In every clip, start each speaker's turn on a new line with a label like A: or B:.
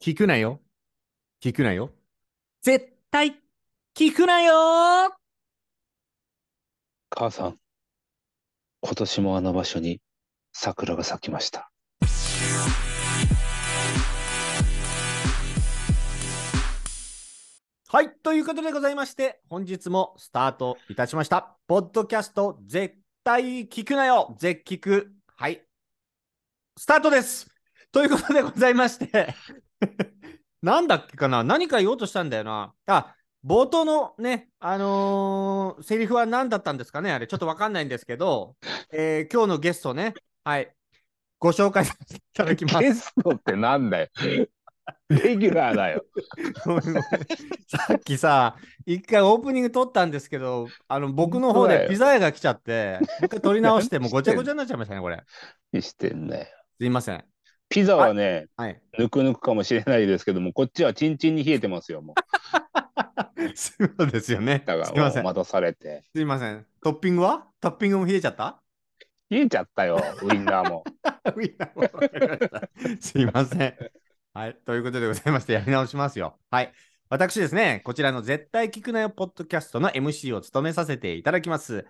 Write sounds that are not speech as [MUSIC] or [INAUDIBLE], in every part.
A: 聞くなよ。聞くなよ。
B: 絶対聞くなよー
C: 母さん、今年もあの場所に桜が咲きました。
A: はい。ということでございまして、本日もスタートいたしました。ポッドキャスト、絶対聞くなよ。絶聞。はい。スタートです。ということでございまして、 [LAUGHS] なんだっけかな何か言おうとしたんだよな。あ、冒頭のね、あのーセリフは何だったんですかねあれ、ちょっとわかんないんですけど、えー今日のゲストね、はい。ご紹介させていただきます。
C: ゲストってなんだよ。 [LAUGHS] レギュラーだよ。
A: ごめんごめん [LAUGHS] さっきさ、一回オープニング撮ったんですけど、あの僕の方
C: 本当だ
A: で
C: よ
A: ピザ屋が来ちゃって、もう一回撮り直
C: [LAUGHS]
A: して、もうごちゃごちゃになっちゃいましたね、これ。
C: にしてんだよ。
A: すいません。
C: ピザはね、 [LAUGHS]
A: はい。
C: ぬくぬくかもしれないですけども、こっちはチンチンに冷えてますよ、もう。
A: そうですよね。
C: だか
A: すい
C: ら
A: ま
C: も
A: せ。
C: うん待たされて。
A: すいません。トッピングはトッピングも冷えちゃった
C: 冷えちゃったよ、ウインナーも。
A: ウィンナーもわかりました [LAUGHS] すいません。はい。ということでございまして、やり直しますよ。はい。私ですね、こちらの絶対聞くなよポッドキャストの MC を務めさせていただきます。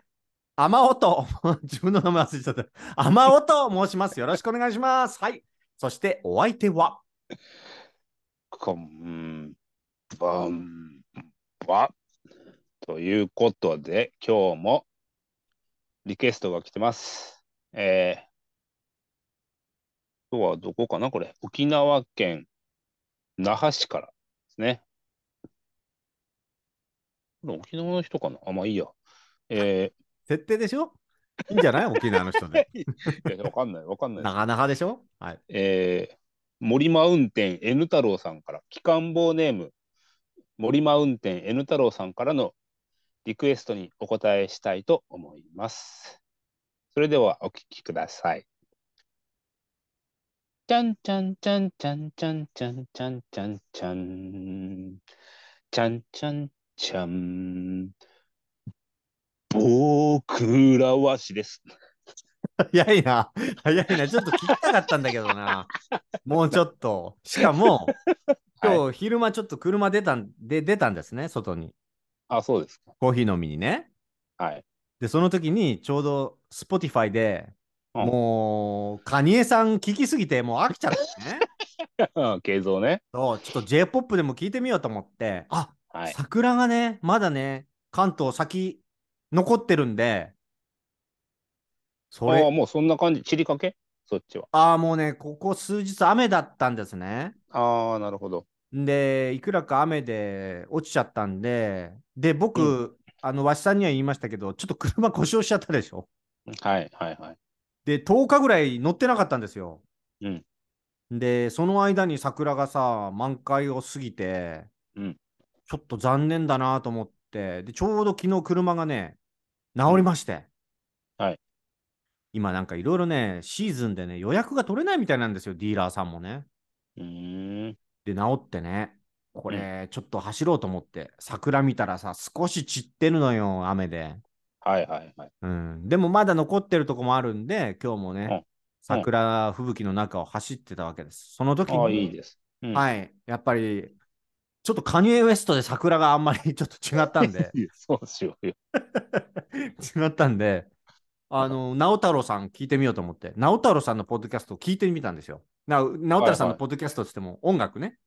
A: あまおと、 [LAUGHS] 自分の名前忘れちゃった。あまおと申します。よろしくお願いします。はい。そしてお相手は、
C: こんばんは。ということで、今日もリクエストが来てます。えー今日はどこかなこれ。沖縄県那覇市からですね。これ沖縄の人かなあ、まあいいや。え
A: 設定でしょいいんじゃない沖縄の人で。
C: ー、いやわかんない、わかんない。
A: 長々でしょはい。
C: えー、森マウンテン N 太郎さんから、機関棒ネーム、森マウンテン N 太郎さんからのリクエストにお答えしたいと思います。それではお聞きください。ちゃんちゃんちゃんちゃんちゃんちゃんちゃんちゃんちゃんちゃんちゃんちゃん僕らはしです。
A: 早いな。早いな。ちょっと聞きたかったんだけどな。もうちょっと。しか
C: [LAUGHS]
A: も、今日昼間ちょっと車出たんで、出たんですね、外に。
C: あ、そうですか。
A: コーヒー飲みにね。
C: はい。 [LAUGHS]
A: で、その時にちょうど Spotify で、
C: うん
A: もう、カニエさん聞きすぎて、もう飽きちゃったね。
C: 映像ね。
A: そう、ちょっと J-POP でも聞いてみようと思って、あ、
C: はい。
A: 桜がね、まだね、関東先残ってるんで、そ
C: ああ、
A: れ、
C: もうそんな感じ。散りかけそっちは。
A: ああ、もうね、ここ数日雨だったんですね。
C: ああ、なるほど。
A: で、いくらか雨で落ちちゃったんで、で、僕、
C: う
A: あの、わしさんには言いましたけど、ちょっと車故障しちゃったでしょ。
C: はいはいはい。
A: で、10日ぐらい乗ってなかったんですよ。
C: うん
A: で、その間に桜がさ、満開を過ぎて、
C: うん
A: ちょっと残念だなと思って、で、ちょうど昨日車がね、治りまして。
C: はい
A: 今なんかいろいろね、シーズンでね、予約が取れないみたいなんですよ、ディーラーさんもね。
C: うーん。
A: で、治ってね、これ、ちょっと走ろうと思って、桜見たらさ、少し散ってるのよ、雨で。
C: はいはいはい。
A: うん、でもまだ残ってるとこもあるんで、今日も
C: うんうん
A: ね、桜吹雪の中を走ってたわけです。その時
C: ああ、
A: に、
C: いいです。うん
A: はい、やっぱり、ちょっとカニエ・ウエストで桜があんまり [LAUGHS] ちょっと違ったんで、
C: いや [LAUGHS] そうしようよ。
A: 違ったんで、あの、直太朗さん聞いてみようと思って、直太朗さんのポッドキャストを聞いてみたんですよ。な直太朗さん
C: はい
A: の
C: はい
A: ポッドキャストって言っても音楽ね、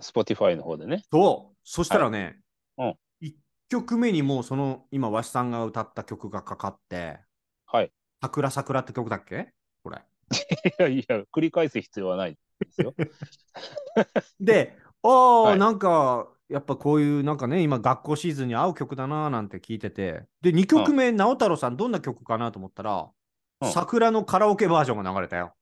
C: Spotify の方でね。
A: そう。そしたらね、
C: はい
A: 一1曲目にもうその今、わしさんが歌った曲がかかって、
C: はい。 [LAUGHS]
A: 桜桜って曲だっけこれ。
C: いやいや、繰り返す必要はないですよ。
A: で、おー、
C: はい
A: なんか、やっぱこういうなんかね、今学校シーズンに合う曲だなーなんて聞いてて、で、2曲目、直太朗さんどんな曲かなと思ったら、
C: うん
A: 桜のカラオケバージョンが流れた
C: [LAUGHS]
A: よ。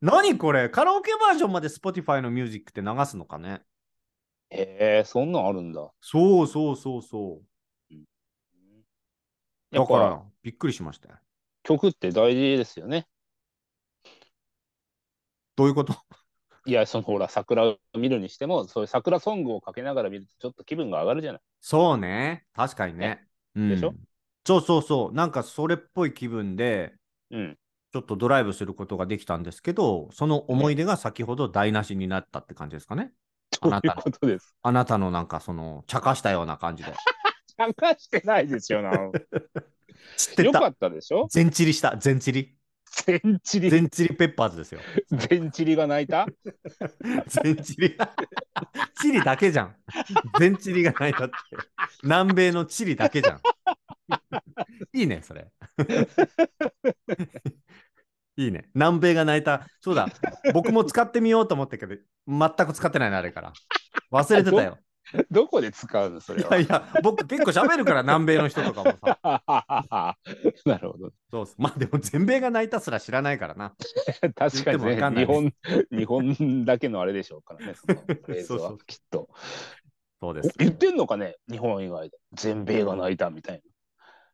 A: 何これカラオケバージョンまで Spotify のミュージックって流すのかね
C: へえ、そんなんあるんだ。
A: そうそうそうそう。
C: や
A: だ
C: っ
A: か
C: ぱ
A: ら、びっくりしましたよ。
C: 曲って大事ですよね。
A: どういうこと
C: いや、そのほら、桜を見るにしても、そういう桜ソングをかけながら見ると、ちょっと気分が上がるじゃない。
A: そうね。確かにね。うん
C: でしょ
A: そうそうそう。なんかそれっぽい気分で、
C: うん。
A: ちちょっとドライブすることができたんですけど、その思い出が先ほど台無しになったって感じですかね。あ
C: と
A: ないた
C: うことです。
A: あなたのなんかその、茶化したような感じ
C: [LAUGHS]
A: で。
C: 参加してないですよな。
A: [LAUGHS] 知って
C: よか
A: た。
C: ったでしょ
A: 全チリした。全チ
C: [LAUGHS]
A: リ。
C: 全チリ、
A: 全チリペッパーズですよ。
C: [LAUGHS] 全チリが泣いた [LAUGHS]
A: 全チリ。 [LAUGHS] チリだけじゃん。全チリがないだって。南米のチリだけじゃん。いいね、それ。 [LAUGHS] いいね。南米が泣いた。そうだ。僕も使ってみようと思ったけど、全く使ってないな、あれから。忘れてたよ。
C: どこで使うのそ
A: い
C: れ
A: や
C: は。
A: いや、僕結構喋るから、南米の人とかもさ。
C: [LAUGHS] なるほど。
A: そうっすまあでも、全米が泣いたすら知らないからな。
C: 確か
A: 言って
C: に
A: もわかんな
C: ね、
A: い
C: 日本、日本 [LAUGHS] だけのあれでしょうからね、そのフレーズ
A: そうそ
C: は
A: う
C: きっと。
A: そうで
C: お
A: す。
C: 言ってんのかね、日本以外で。全米が泣いたみたい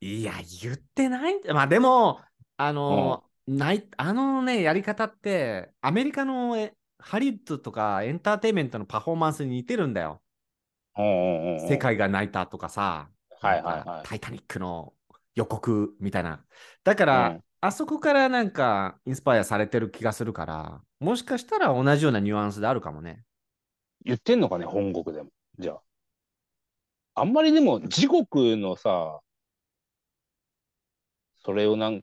A: いや、言ってない。まあでも、あの、ないあのね、やり方って、アメリカのえハリウッドとかエンターテインメントのパフォーマンスに似てるんだよ。
C: な。うんうんうんうん
A: 世。界が泣いたとかさ、
C: はいはいはい
A: なんかタイタニックの予告みたいな。だか
C: う
A: ら、
C: ん
A: あそこからなんかインスパイアされてる気がするから、もしかしたら同じようなニュアンスであるかもね。
C: 言ってんのかね、本国でも。じゃあ。あんまりでも、自国のさ、それをなん、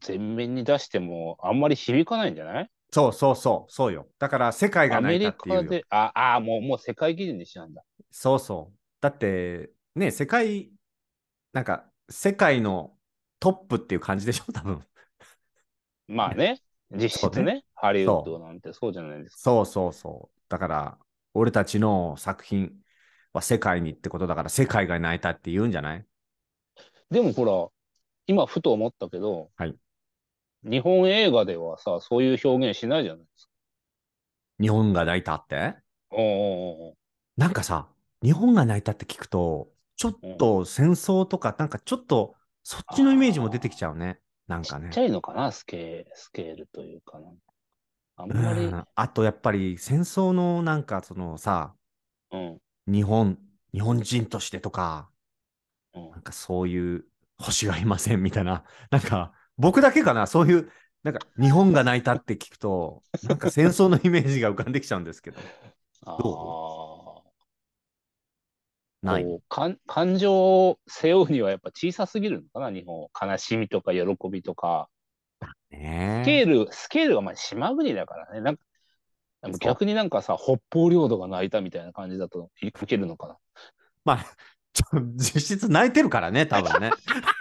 C: 全面に出しても、あんまり響かないんじゃない
A: そうそうそう、そうよ。だから世界が
C: ア
A: 泣
C: メ
A: いた
C: リ
A: っていう
C: カ
A: よ。
C: で、ああー、もう、もう世界基準にしなんだ。
A: そうそう。だって、ね、世界、なんか、世界のトップっていう感じでしょ、多 [LAUGHS] 分。
C: まあね、実質
A: そう
C: ね、ハリウッドなんてそうじゃないですか。
A: そうそうそう。だから、俺たちの作品は世界にってことだから、世界が泣いたって言うんじゃない
C: でもほら、今、ふと思ったけど、
A: はい
C: 日本映画ではさ、そういう表現しないじゃないですか。
A: 日本が泣いたって
C: おーおーおー
A: なんかさ、日本が泣いたって聞くと、ちょっと戦争とか、なんかちょっと、そっちのイメージも出てきちゃうね。なん
C: ち
A: かね
C: っち。ゃいのかな、スケスケールというかな。あんまり、
A: うんあとやっぱり戦争のなんかそのさ、
C: うん、
A: 日本、日本人としてとか、
C: うん
A: なんかそういう星がいませんみたいな、なんか僕だけかな、そういう、なんか日本が泣いたって聞くと、なんか戦争のイメージが浮かんできちゃうんですけど、
C: ああ、
A: ない。
C: こうかん感情を背負うにはやっぱ小さすぎるのかな、日本。悲しみとか喜びとか。スケ
A: ね
C: ール、スケールはまあ島国だからね。なんかでも
A: そう
C: 逆になんかさ、北方領土が泣いたみたいな感じだといいけるのかな。
A: まあ、ちょ実質泣いてるからね、多分ね。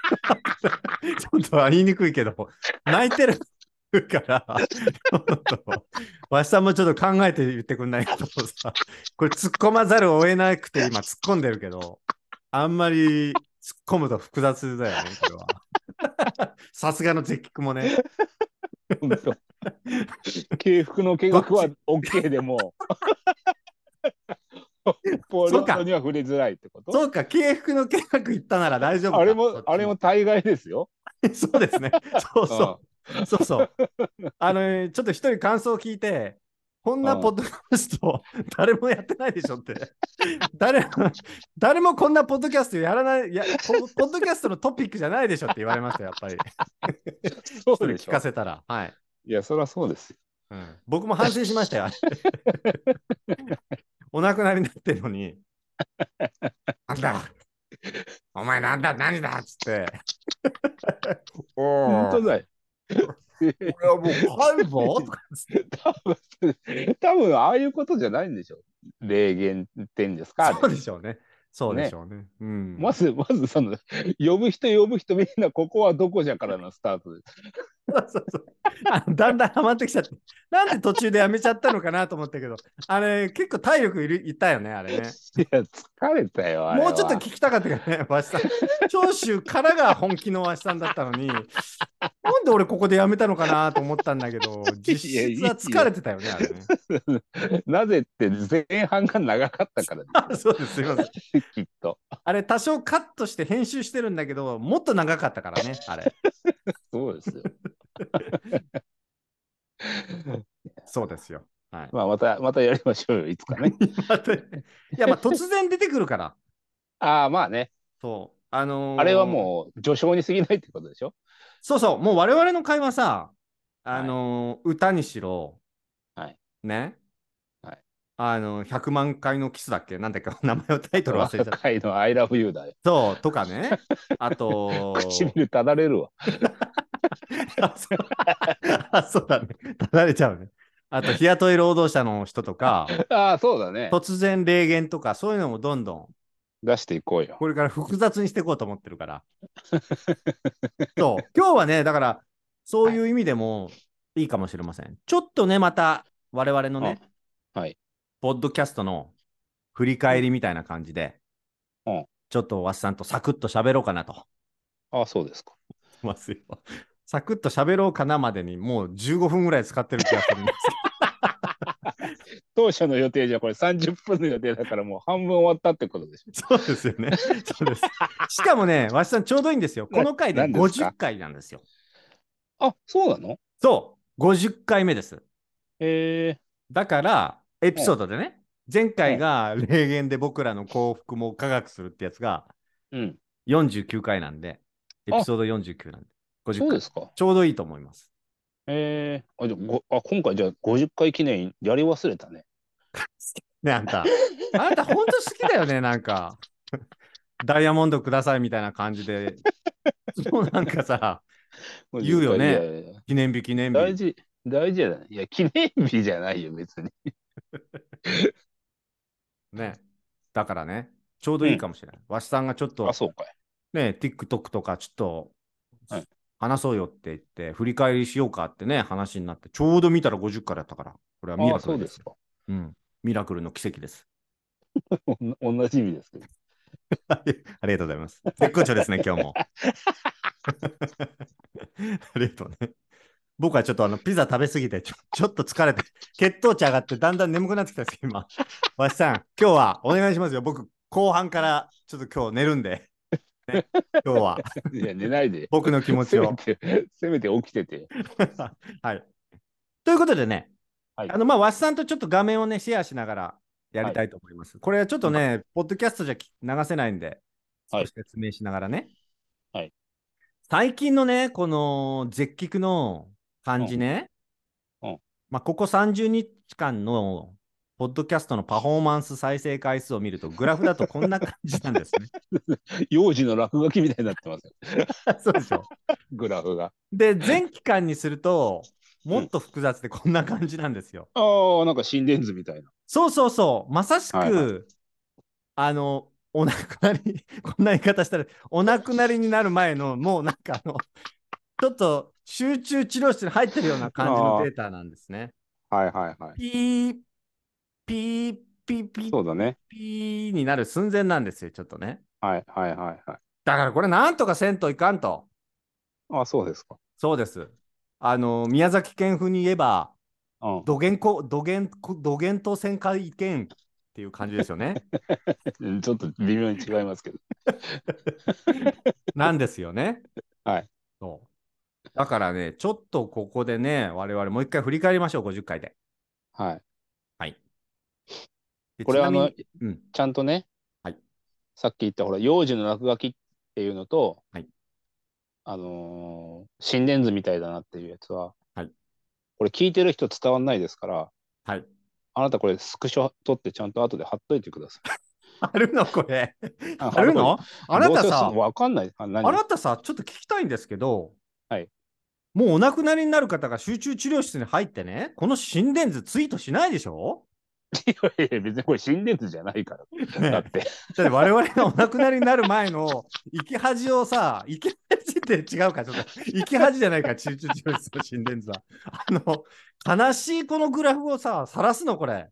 A: ちょっと言いにくいけど、泣いてるから、ちょっとわしさんもちょっと考えて言ってくんないかとさ、これ突っ込まざるを得なくて今突っ込んでるけど、あんまり突っ込むと複雑だよね、これは。さすがの絶句もね。 [LAUGHS]
C: [LAUGHS] 本当敬服の計画は OK でも、北方領土には触れづらいってこと
A: そうか、契約の契約行ったなら大丈夫か
C: あれ
A: そ
C: も
A: っ、ち
C: あれも大概ですよ。
A: [LAUGHS] そうですね。そうそう。そうそう。あのねちょっと一人感想を聞いて、こんな
C: うん
A: ポッドキャスト、誰もやってないでしょって。誰も、誰もこんなポッドキャストやらない、いや、ポポッドキャストのトピックじゃないでしょって言われました、やっぱり。
C: そ
A: そうれ
C: でし
A: 聞
C: ょ
A: か。せたら。はい。
C: いや、そりゃそうですよ。
A: うん僕も反省しましたよ。あれお亡くなりになってるのに、なんだお前なんだ何だっつって。
C: 本当
A: [LAUGHS]
C: だよ。
A: 俺はもう帰るぞ [LAUGHS] とかっつって
C: 多分、多分ああいうことじゃないんでしょ。霊言ってんですかあれ
A: そうでしょうね。そうでしょうね。うん。
C: まず、まずその、呼ぶ人、呼ぶ人、みんな、ここはどこじゃからのスタートです。
A: そうそうそう [LAUGHS] あのだんだんハマってきちゃって。なんで途中でやめちゃったのかなと思ったけど、あれ結構体力いるいったよね、あれね。
C: いや、疲れたよ、あれは
A: もうちょっと聞きたかったけどね、わしさん。長州からが本気のわしさんだったのに、なんで俺ここでやめたのかなと思ったんだけど、実
C: いやいい
A: 質
C: よ
A: は疲れてたよね、あれね。
C: なぜって、前半が長かったから
A: あそうです、すいません。
C: です、きっと。
A: あれ、多少カットして編集してるんだけど、もっと長かったからね、あれ。
C: そうですよ。 [LAUGHS]
A: そうですよ。はい。
C: まあ、また、またやりましょうよ、いつかね。
A: またねいや、まあ突然出てくるから。
C: ああ、まあね。
A: そう。あのー
C: あれはもう、序章に過ぎないってことでしょ
A: そうそう、もう我々の会話さ、あのー歌にしろ、
C: はい
A: ね、
C: はい
A: あのー100万回のキスだっけなんだっけ [LAUGHS] 名前をタイトル忘れちゃった。
C: 若いの I love you だよ。
A: そう、とかね。あと、
C: 唇ただれるわ。
A: [LAUGHS] あそうあそうだね。ただれちゃうね。あと、日雇い労働者の人とか、
C: ああ、そうだね。
A: 突然霊言とか、そういうのもどんどん、
C: 出していこうよ。
A: これから複雑にしていこうと思ってる
C: [LAUGHS]
A: から。そう。今日はね、だから、そういう意味でもいいかもしれません。ちょっとね、また、我々のね、
C: はい。
A: ポッドキャストの振り返りみたいな感じで、
C: うん
A: ちょっとわっさんとサクッと喋ろうかなと。
C: ああ、そうですか。
A: ますよ。サクッと喋ろうかなまでにもう15分ぐらい使ってる気がするん
C: [LAUGHS]
A: です
C: 当初の予定じゃこれ30分の予定だからもう半分終わったってことでしょ。
A: けどそうですよね。そうです。しかもね、わしさんちょうどいいんですよ。この回で
C: ななんですか
A: 50回なんですよ。
C: あ、そうなの
A: そう、50回目です。
C: え
A: だから、エピソードでね、前回が霊言で僕らの幸福も科学するってやつが
C: えうん。
A: 49回なんで、エピソード49なんで、
C: そ
A: 50
C: うで
A: 回。
C: すか。
A: ちょうどいいと思います。
C: ええあ、じゃあごあ、今回じゃあ50回記念やり忘れたね。
A: ねあん
C: [LAUGHS]
A: た。あんた本当好きだよね、なんか。ダイヤモンドくださいみたいな感じで。そうなんかさ、言うよね
C: いやいやいや
A: 記念日記念
C: 大
A: 日。
C: 事、大事じゃない。いや、記念日じゃないよ、別に。
A: ね。だからね、ちょうどいいかもしれない。わしさんがちょっと
C: あ、、そうかい。
A: ね、TikTok とかちょっと
C: はい、
A: 話そうよって言って、振り返りしようかってね、話になって、ちょうど見たら50からやったから、これはミ
C: あ
A: ラ
C: あ、
A: ク
C: そう
A: ル
C: で
A: ですす。
C: か。
A: うん。ミラクルの奇跡です。
C: おん同じ意味ですけど。
A: はいありがとうございます。絶好調ですね、今日も。 [LAUGHS] ありがとうね。僕はちょっとあのピザ食べ過ぎてちょ、ちょっと疲れて、血糖値上がって、だんだん眠くなってきたんです、今。わしさん、今日はお願いしますよ。僕、後半からちょっと今日寝るんで、ね、今日は
C: [LAUGHS] いや、寝ないで。
A: 僕の気持ち
C: せめ
A: を。
C: て、 [LAUGHS] せめて起きてて。
A: [LAUGHS] はい。ということでね、
C: はい
A: あの、まあ、わしさんとちょっと画面をね、シェアしながらやりたいと思います。これちょっとね、ポッドキャストじゃき流せないんで、
C: はい
A: 少し説明しながらね。
C: はい
A: 最近のね、この絶菊の感じね、
C: うんうん
A: まあ、ここ30日間のポッドキャストのパフォーマンス再生回数を見ると、グラフだとこんな感じなんです
C: [LAUGHS]
A: ね。
C: 幼児の落書きみたいになってますよ。
A: そうでしょ。
C: グラフが。
A: で、全期間にすると、もっと複雑でこんな感じなんですよ。
C: ああ、なんか心電図みたいな。
A: そうそうそう、まさしく、
C: はいは
A: あの、お亡くなり、 [LAUGHS] こんな言い方したら、お亡くなりになる前の、もうなんかあの、ちょっと集中治療室に入ってるような感じのデータなんですね。
C: はいはいはい。
A: ピー、ピー、ピー、ピ
C: そ
A: ー、
C: うだね。
A: ピーになる寸前なんですよ、ちょっとね。
C: はいはいはいはい。
A: だからこれ、なんとかせんといかんと。
C: ああ、そうですか。
A: そうです。あの、宮崎県風に言えば、
C: うん。
A: [LAUGHS] 土源こ、土源こ、土源と旋回県っていう感じですよね。
C: うんちょっと微妙に違いますけど。
A: なんですよね。
C: はい。
A: そう。だからね、ちょっとここでね、我々もう一回振り返りましょう、50回で。
C: は
A: で
C: い。これ
A: ち
C: あ
A: なみ
C: の、
A: にうん、 [LAUGHS]
C: ちゃんとね、
A: はい
C: さっき言ったほら、幼児の落書きっていうのと、
A: はい
C: あのー心電図みたいだなっていうやつは、
A: はい
C: これ聞いてる人伝わんないですから、
A: はい。
C: あなたこれスクショ撮ってちゃんと後で貼っといてくださ
A: [LAUGHS]
C: い。
A: あるのこれ。
C: あ
A: あるのあなたさ、
C: わかんない。あ何
A: あなたさ、ちょっと聞きたいんですけど、
C: はい。
A: もうお亡くなりになる方が集中治療室に入ってね、この心電図ツイートしないでしょ
C: いやいや別にこれ心電図じゃないから。
A: ね
C: だって。
A: だって我々がお亡くなりになる前の生き恥をさ、生き恥って違うか、ちょっと生き恥じゃないか、集中治療室の心電図は。あの、悲しいこのグラフをさ、晒すのこれ。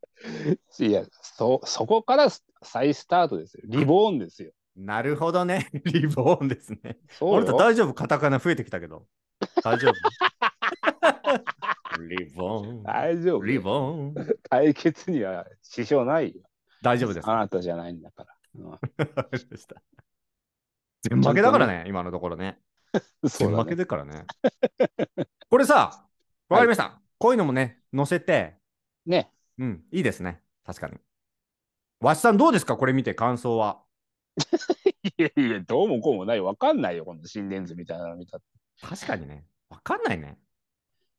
C: いや、そ、そこからス再スタートですよ。リボーンですよ。
A: なるほどね。リボーンですね。
C: そ
A: あ
C: う
A: なた
C: よ。
A: 大丈夫カタカナ増えてきたけど。大丈夫リボーン。
C: 大丈夫。
A: リボーン。
C: 対決には支障ないよ。
A: 大丈夫です。
C: あ
A: わ
C: なたじゃないんだから。うん
A: かりました全負けだからね、今のところね。
C: そ
A: 全 [LAUGHS]
C: うだ
A: 負
C: ね
A: けだからね。これさ、わかりました。こういうのもね、載せて、
C: ね。
A: うん、いいですね。確かに。わしさん、どうですかこれ見て、感想は。
C: いやいや、どうもこうもない。わかんないよ、この心電図みたいなの見たって。
A: 確かにね。わかんないね。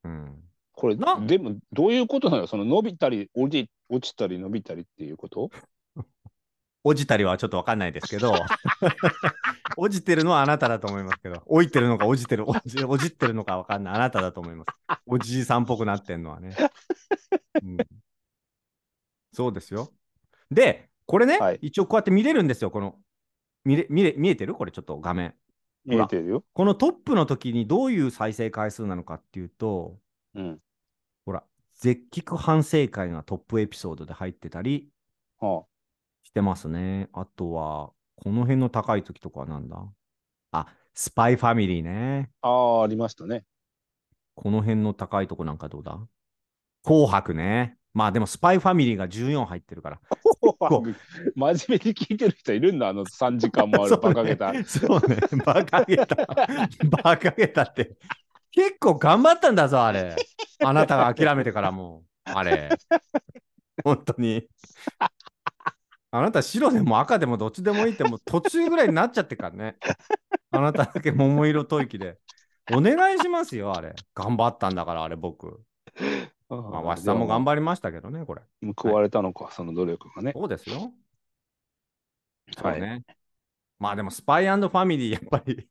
A: うん。
C: これ
A: な
C: でもどういうことなのその伸びたり落ち落ちたり伸びたりっていうこと
A: 落ちたりはちょっとわかんないですけ
C: [LAUGHS]
A: ど、落ちてるのはあなただと思いますけど、老いてるのか落ちてる、落ち落ちてるのかわかんない、あなただと思います。おじいさんっぽくなってんのはね。うんそうですよ。で、これね、
C: はい
A: 一応こうやって見れるんですよ、この。見れ見れ見えてるこれちょっと画面。
C: 見えてるよ。
A: このトップの時にどういう再生回数なのかっていうと、
C: うん。
A: ほら、絶菊反省会がトップエピソードで入ってたり
C: は
A: してますね。あとは、この辺の高い時とかはなんだあ、スパイファミリーね。
C: あ、あーありまし
A: [LAUGHS]
C: たね。
A: この辺の高いとこなんかどうだ紅白ね。まあでもスパイファミリーが14入ってるから。
C: 真面目に聞いてる人いるんだあの3時間もあ
A: [LAUGHS]
C: る
A: そうね
C: バカげた。
A: そうね。バカげた。
C: [LAUGHS]
A: バカげたって。結構頑張ったんだぞ、あれ。あなたが諦めてからもう。あれ。本当に。あなた白でも赤でもどっちでもいいってもう途中ぐらいになっちゃってからね。あなただけ桃色吐息で。お願いしますよ、あれ。頑張ったんだから、あれ、僕。まあ、わしさんも頑
C: 張
A: 張りましたけどね、これ。
C: 報われたのか、その努力がね。
A: そうですよ。そう
C: はい。
A: ね。まあでも、スパイファミリー、 [LAUGHS] やっぱり、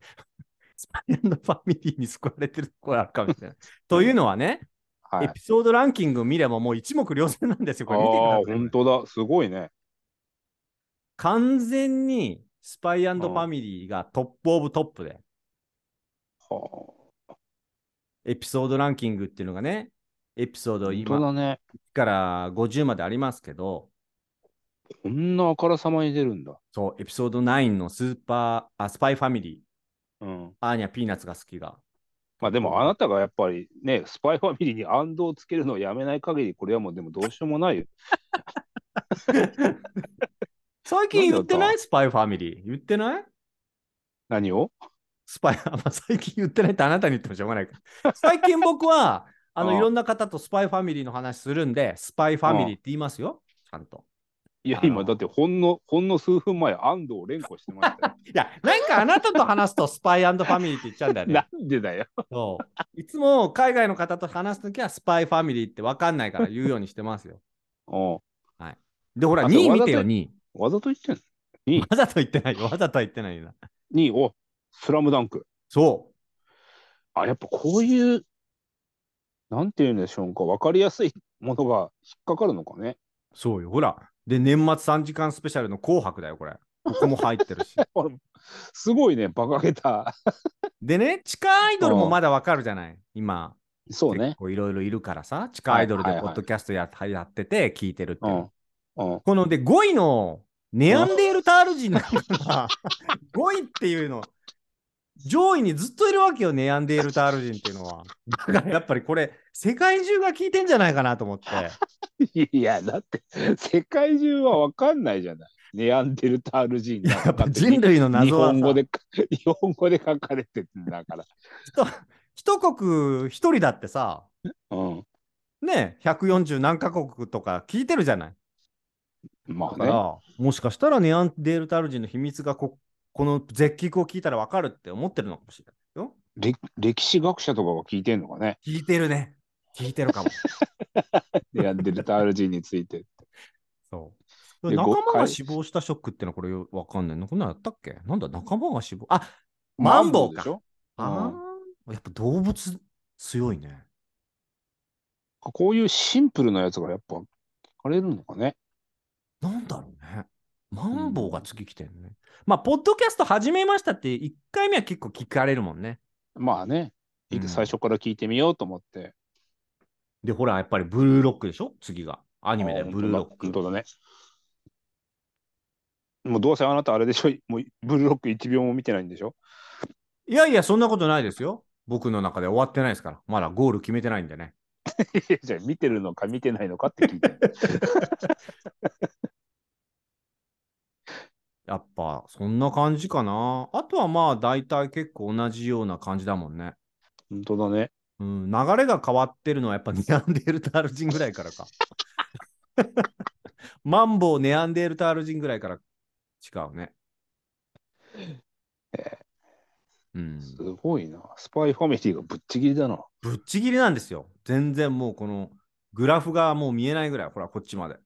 A: スパイファミリーに救われてるところあるかもし
C: [LAUGHS]
A: れない。というのはね、
C: はい
A: エピソードランキングを見ればもう一目瞭然なんですよ。これ見てくだ
C: あ
A: さ
C: あ
A: い、
C: 本当だ。すごいね。
A: 完全にスパイファミリーがトップオブトップで、
C: は
A: エピソードランキングっていうのがね、エピソー
C: あ。
A: ド
C: 本
A: 今
C: 当だね。
A: から50までありますけど、
C: こんなあからさまに出るんだ。
A: そう、エピソード9のスーパー、あスパイファミリー、
C: うん。
A: アーニャピーナッツが好き
C: [LAUGHS]
A: が、
C: まあでもあなたがやっぱりね、スパイファミリーに安堵をつけるのをやめない限り、これはもうでもどうしようもないよ。
A: 最近言って
C: なん
A: な
C: で
A: いスパイファミリー。言ってない
C: 何を
A: スパイ、あまあ最近言ってないってあなたに言ってもしょうがないから。最近僕は、あ
C: あ
A: の、
C: あ
A: いろんな方とスパイファミリーの話するんで、スパイファミリーって言いますよ。ちゃんと。
C: いや
A: あ、ー
C: 今だってほんの、ほんの数分前、安藤を連呼してましたよ。
A: いや、なんかあなたと話すとスパイファミリーって言っちゃうんだ [LAUGHS] よね
C: [LAUGHS] な。んでだよ。
A: そう。いつも海外の方と話すときはスパイファミリーって分かんないから言うようにしてますよ。
C: お
A: で、ほら、
C: あそう
A: 2位見てよ、
C: わざと
A: 2位。
C: わざと言って
A: わざと言って
C: んの
A: ないよ。わざとは言ってないよな。
C: に、お、スラムダンク。
A: そう。
C: あ、やっぱこういう、なんていうんでしょうか、わかりやすいものが引っかかるのかね。
A: そうよ。ほら。で、年末3時間スペシャルの紅白だよ、これ。ここも入ってるし。
C: あれすごいね、馬鹿げた。
A: でね、地下アイドルもまだわかるじゃない、今。
C: そうね
A: 結。構いろいろいるからさ、地下アイドル
C: は
A: で
C: いはい
A: ポ
C: はい
A: ッドキャストや,、やってて聞いてるって
C: う
A: いう。
C: ん。うん。
A: こので5位のネアンデールタール人なん [LAUGHS] だ。5位っていうの。上位にずっといるわけよ、ネアンデールタール人っていうのは。だからやっぱりこれ、世界中が聞いてんじゃないかなと
C: [LAUGHS]
A: 思って。
C: いや、だって、世界中はわかんないじゃない。ネアンデルタール人が
A: やっぱ人類の
C: 日
A: 謎は
C: 本語
A: さ、
C: で、日本語で書かれてるんだから。
A: 一国一人だってさ、
C: うん。
A: ね、140何カ国とか聞いてるじゃない。
C: ま
A: だ
C: あ
A: か
C: ね。
A: ら、もしかしたらネアンデールタール人の秘密がここの絶菊を聞いたらわかるって思ってるのかもしれないよ。
C: 歴歴史学者とかが聞いてんのかね。
A: 聞いてるね。聞いてるかも。
C: ネアンデルタール人について。
A: [LAUGHS] そう。
C: で
A: 仲
C: 誤
A: 間
C: 解
A: が死亡したショックってのはこれよわかんないのこんなのやったっけなんだ仲間が死亡。あマンボウか
C: でしょ
A: あーやっぱ動物強いね。
C: こういうシンプルなやつがやっぱ聞かれるのかね。
A: なんだろうね。マンボウが次来てるね。まあ、ポッドキャスト始めましたって1回目は結構聞かれるもんね。
C: まあね。いい
A: うん
C: 最初から聞いてみようと思って。
A: で、ほら、やっぱりブルーロックでしょ次が。ア
C: ア
A: ニメでブルーロック
C: 本。当だね。もうどうせあなたあれでしょもうブルーロック1秒も見てないんでしょ
A: いやいや、そんなことないですよ。僕の中で終わってないですから。まだゴール決めてないんでね。
C: いやじゃあ見てるのか見てないのかって聞いてる
A: やっぱ、そんな感じかな。あとはまあ、大体結構同じような感じだもんね。
C: [LAUGHS] 本当だね。
A: うん、流れが変わってるのはやっぱ [LAUGHS] ネアンデールタール人ぐらいから [LAUGHS] か。マンボウ、ネアンデールタール人ぐらいから違うね。うん、
C: すごいな。スパイファミリーがぶっちぎりだな。
A: ぶっちぎりなんですよ。全然もうこのグラフがもう見えないぐらい、ほら、こっちまで。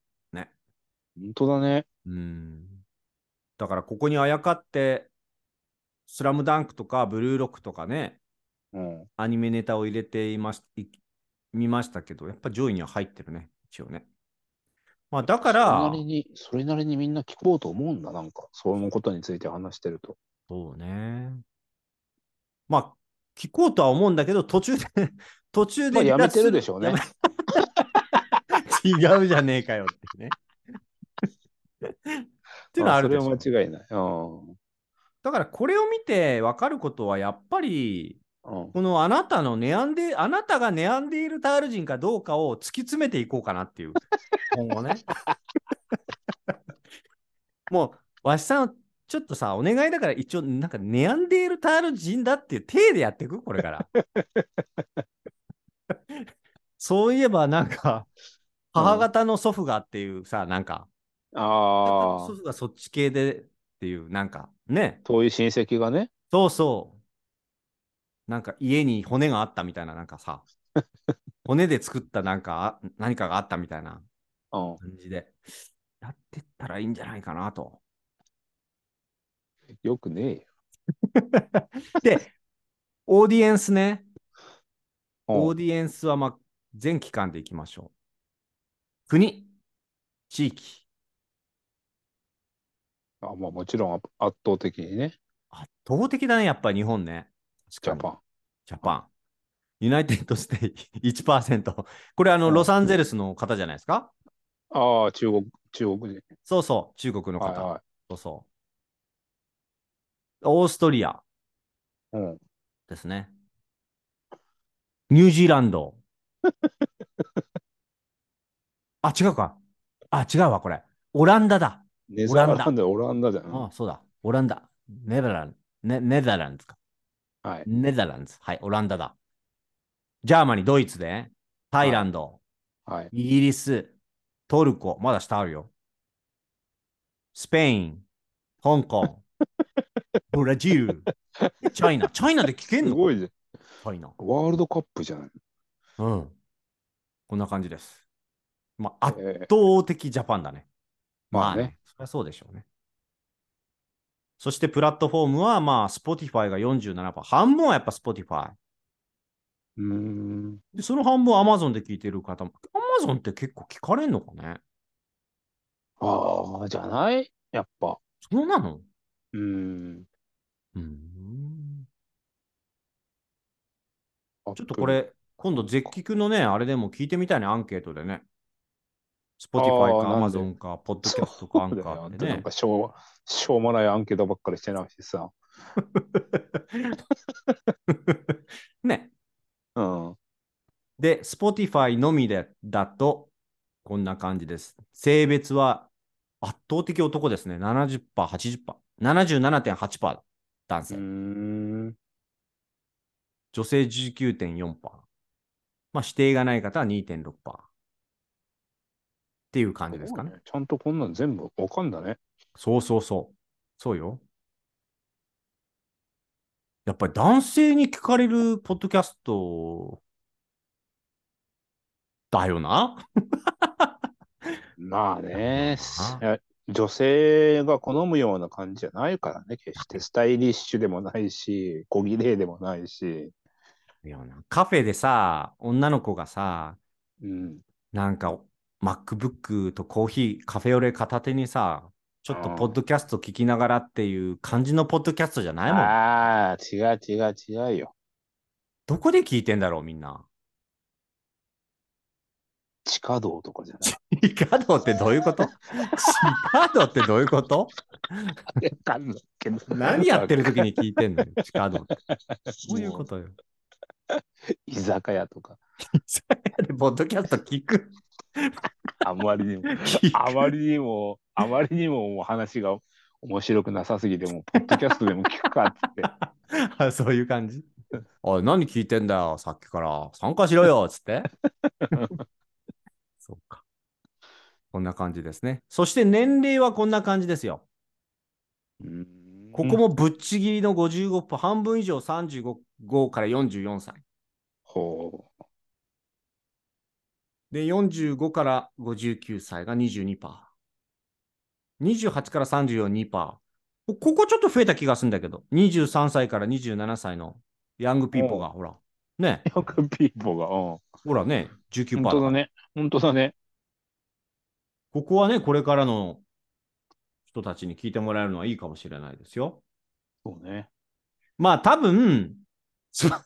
C: 本当だね。
A: うん。だからここにあやかって、スラムダンクとかブルーロックとかね、
C: うん。
A: アニメネタを入れていましい見ましたけど、やっぱ上位には入ってるね、一応ね。まあだから、
C: それなりに、それなりにみんな聞こうと思うんだ、なんか。そのことについて話してると。
A: そうね。まあ、聞こうとは思うんだけど、途中で、 [LAUGHS] 途中
C: ま
A: で離
C: あ、やめ
A: 脱す
C: て
A: る、
C: るでしょうね。
A: やめ違うじゃねえかよってね。
C: [LAUGHS]
A: っていうのはあるでし
C: ま
A: ょ。
C: それは間違いない。うん。
A: だからこれを見て分かることは、やっぱり、
C: うん、
A: このあなたの悩んで、あなたが悩んでいるタール人かどうかを突き詰めていこうかなっていう、今後ね。 [LAUGHS] もう、わしさん、ちょっとさ、お願いだから一応、なんか悩んでいるタール人だっていう体でやっていく、これから。そういえば、なんか、母方の祖父がっていうさ、なんか、母
C: あ
A: 方の
C: あ
A: 祖、父がそっち系でっていう、なんか、ね、
C: 遠い親戚がね。
A: そうそう。なんか家に骨があったみたいな、なんか
C: [LAUGHS]
A: さ、骨で作ったなんかあ何かがあったみたいな
C: うん。
A: 感じで、やってったらいいんじゃないかなと。
C: よくね
A: で、オーディエンスね、
C: え
A: オ
C: よ。う
A: ー
C: ん
A: ディエンスは、まあ、全期間でいきましょう。国、地域、
C: あまあ、もちろん圧圧倒的にね。
A: 圧倒的だね、やっぱり日本ね。
C: ジャパン。
A: ジャパン。ユナイテッドステイ1%。これ、あの、
C: うん
A: ロサンゼルスの方じゃないですか
C: ああ、中国、中国人。
A: そうそう、中国の
C: はい
A: 方。
C: は
A: そうそう。オーストリア
C: い。うん。
A: ですね。ニュージーランド。 [LAUGHS] あ、違うか。あ、違うわ、これ。オランダだ。
C: ネ
A: オラ
C: ザ
A: ンダ
C: ーランド、オランダじゃん。
A: あそうだ。オランダ。ネザラン、ね、ネザランズか。
C: はい。
A: ネザランズ。はい、オランダだ。ジャーマニー、ドイツで。タイランド、
C: はい。
A: イギリス、トルコ。まだ下あるよ。スペイン、香
C: [LAUGHS]
A: 港、ブラジル、チャイナ。チャイナで聞け
C: す
A: んの
C: ごいぜ。
A: チャイナ。
C: ワールドカップじゃない。
A: うん。こんな感じです。まあ、圧
C: ええ
A: 倒的ジャパンだね。
C: まあね。。
A: そりゃそうでしょうね。そしてプラットフォームは、まあ、Spotify が47%。半分はやっぱ Spotify。
C: うーん。
A: で、その半分 Amazon で聞いてる方も。Amazon って結構聞かれんのかね
C: ああ、じゃないやっぱ。
A: そうなの
C: うーん。
A: うん。ち
C: ち
A: ょっとこ。れ、今度、絶菊のね、あれでも聞いてみたいね、アンケートでね。Spotify か
C: あーなんで
A: Amazon か、
C: そ
A: Podcast か、ア
C: う
A: ン
C: だ
A: カ
C: よ
A: ー。で
C: な
A: ね
C: ん。かしょう、しょうもないアンケートばっかりしてないしさ。
A: ね。
C: うん。
A: で、Spotify のみでだと、こんな感じです。性別は圧倒的男ですね。70%、80%、77.8%男
C: う
A: 性、
C: ーん。
A: 女性19.4%。まあ、指定がない方は2.6%。っていう感じですかね。
C: ちゃんとこんなん全部わかんだね。
A: そうそうそう。そうよ。やっぱり男性に聞かれるポッドキャストだよな。
C: まあね
A: まあ、
C: いや女性が好むような感じじゃないからね、決してスタイリッシュでもないし、小綺麗でもないし、
A: だよなカフェでさ、女の子がさ、
C: うん、
A: なんか MacBook とコーヒー、カフェオレ片手にさ、ちょっと
C: うん
A: ポッドキャスト聞きながらっていう感じのポッドキャストじゃないもん。
C: ああ、違う違う違うよ。
A: どこで聞いてんだろう、みん [LAUGHS] な。
C: 地下道とかじゃない。
A: 地下道ってどういうこと地下道ってどういうこと
C: わかんないけど
A: 何やってる時
C: に。
A: に聞いてんのよ、地下道って。そういうこととよ。
C: 居酒屋とか、
A: [LAUGHS] ポッドキャスト聞く。
C: あまり
A: [LAUGHS]
C: にも、
A: 聞
C: あ
A: く
C: まりにも、あまりにももう話が面白くなさすぎて、もうポッドキャストでも聞くかっつって。
A: あ [LAUGHS] そういう感じ。 [LAUGHS] おい、何聞いてんだよ、さっきから。参加しろ [LAUGHS] よ、つって。そうか。こんな感じですね。そして年齢はこんな感じですよ。
C: うーん
A: ここもぶっちぎりの55分、半分以上35から44歳。
C: ほう。
A: で、45から59歳が22%。28から34、2%。ここちょっと増えた気がするんだけど、23歳から27歳のヤングピーポーが、ほら、ね、
C: ヤングピーポーが、う
A: ほらね、19%
C: ん。
A: だか
C: 本当
A: ら
C: だね。本当だね。
A: ここはね、これからの人たちに聞いてもらえるのはいいかもしれないですよ。
C: そうね。
A: まあ、多分ス [LAUGHS] パ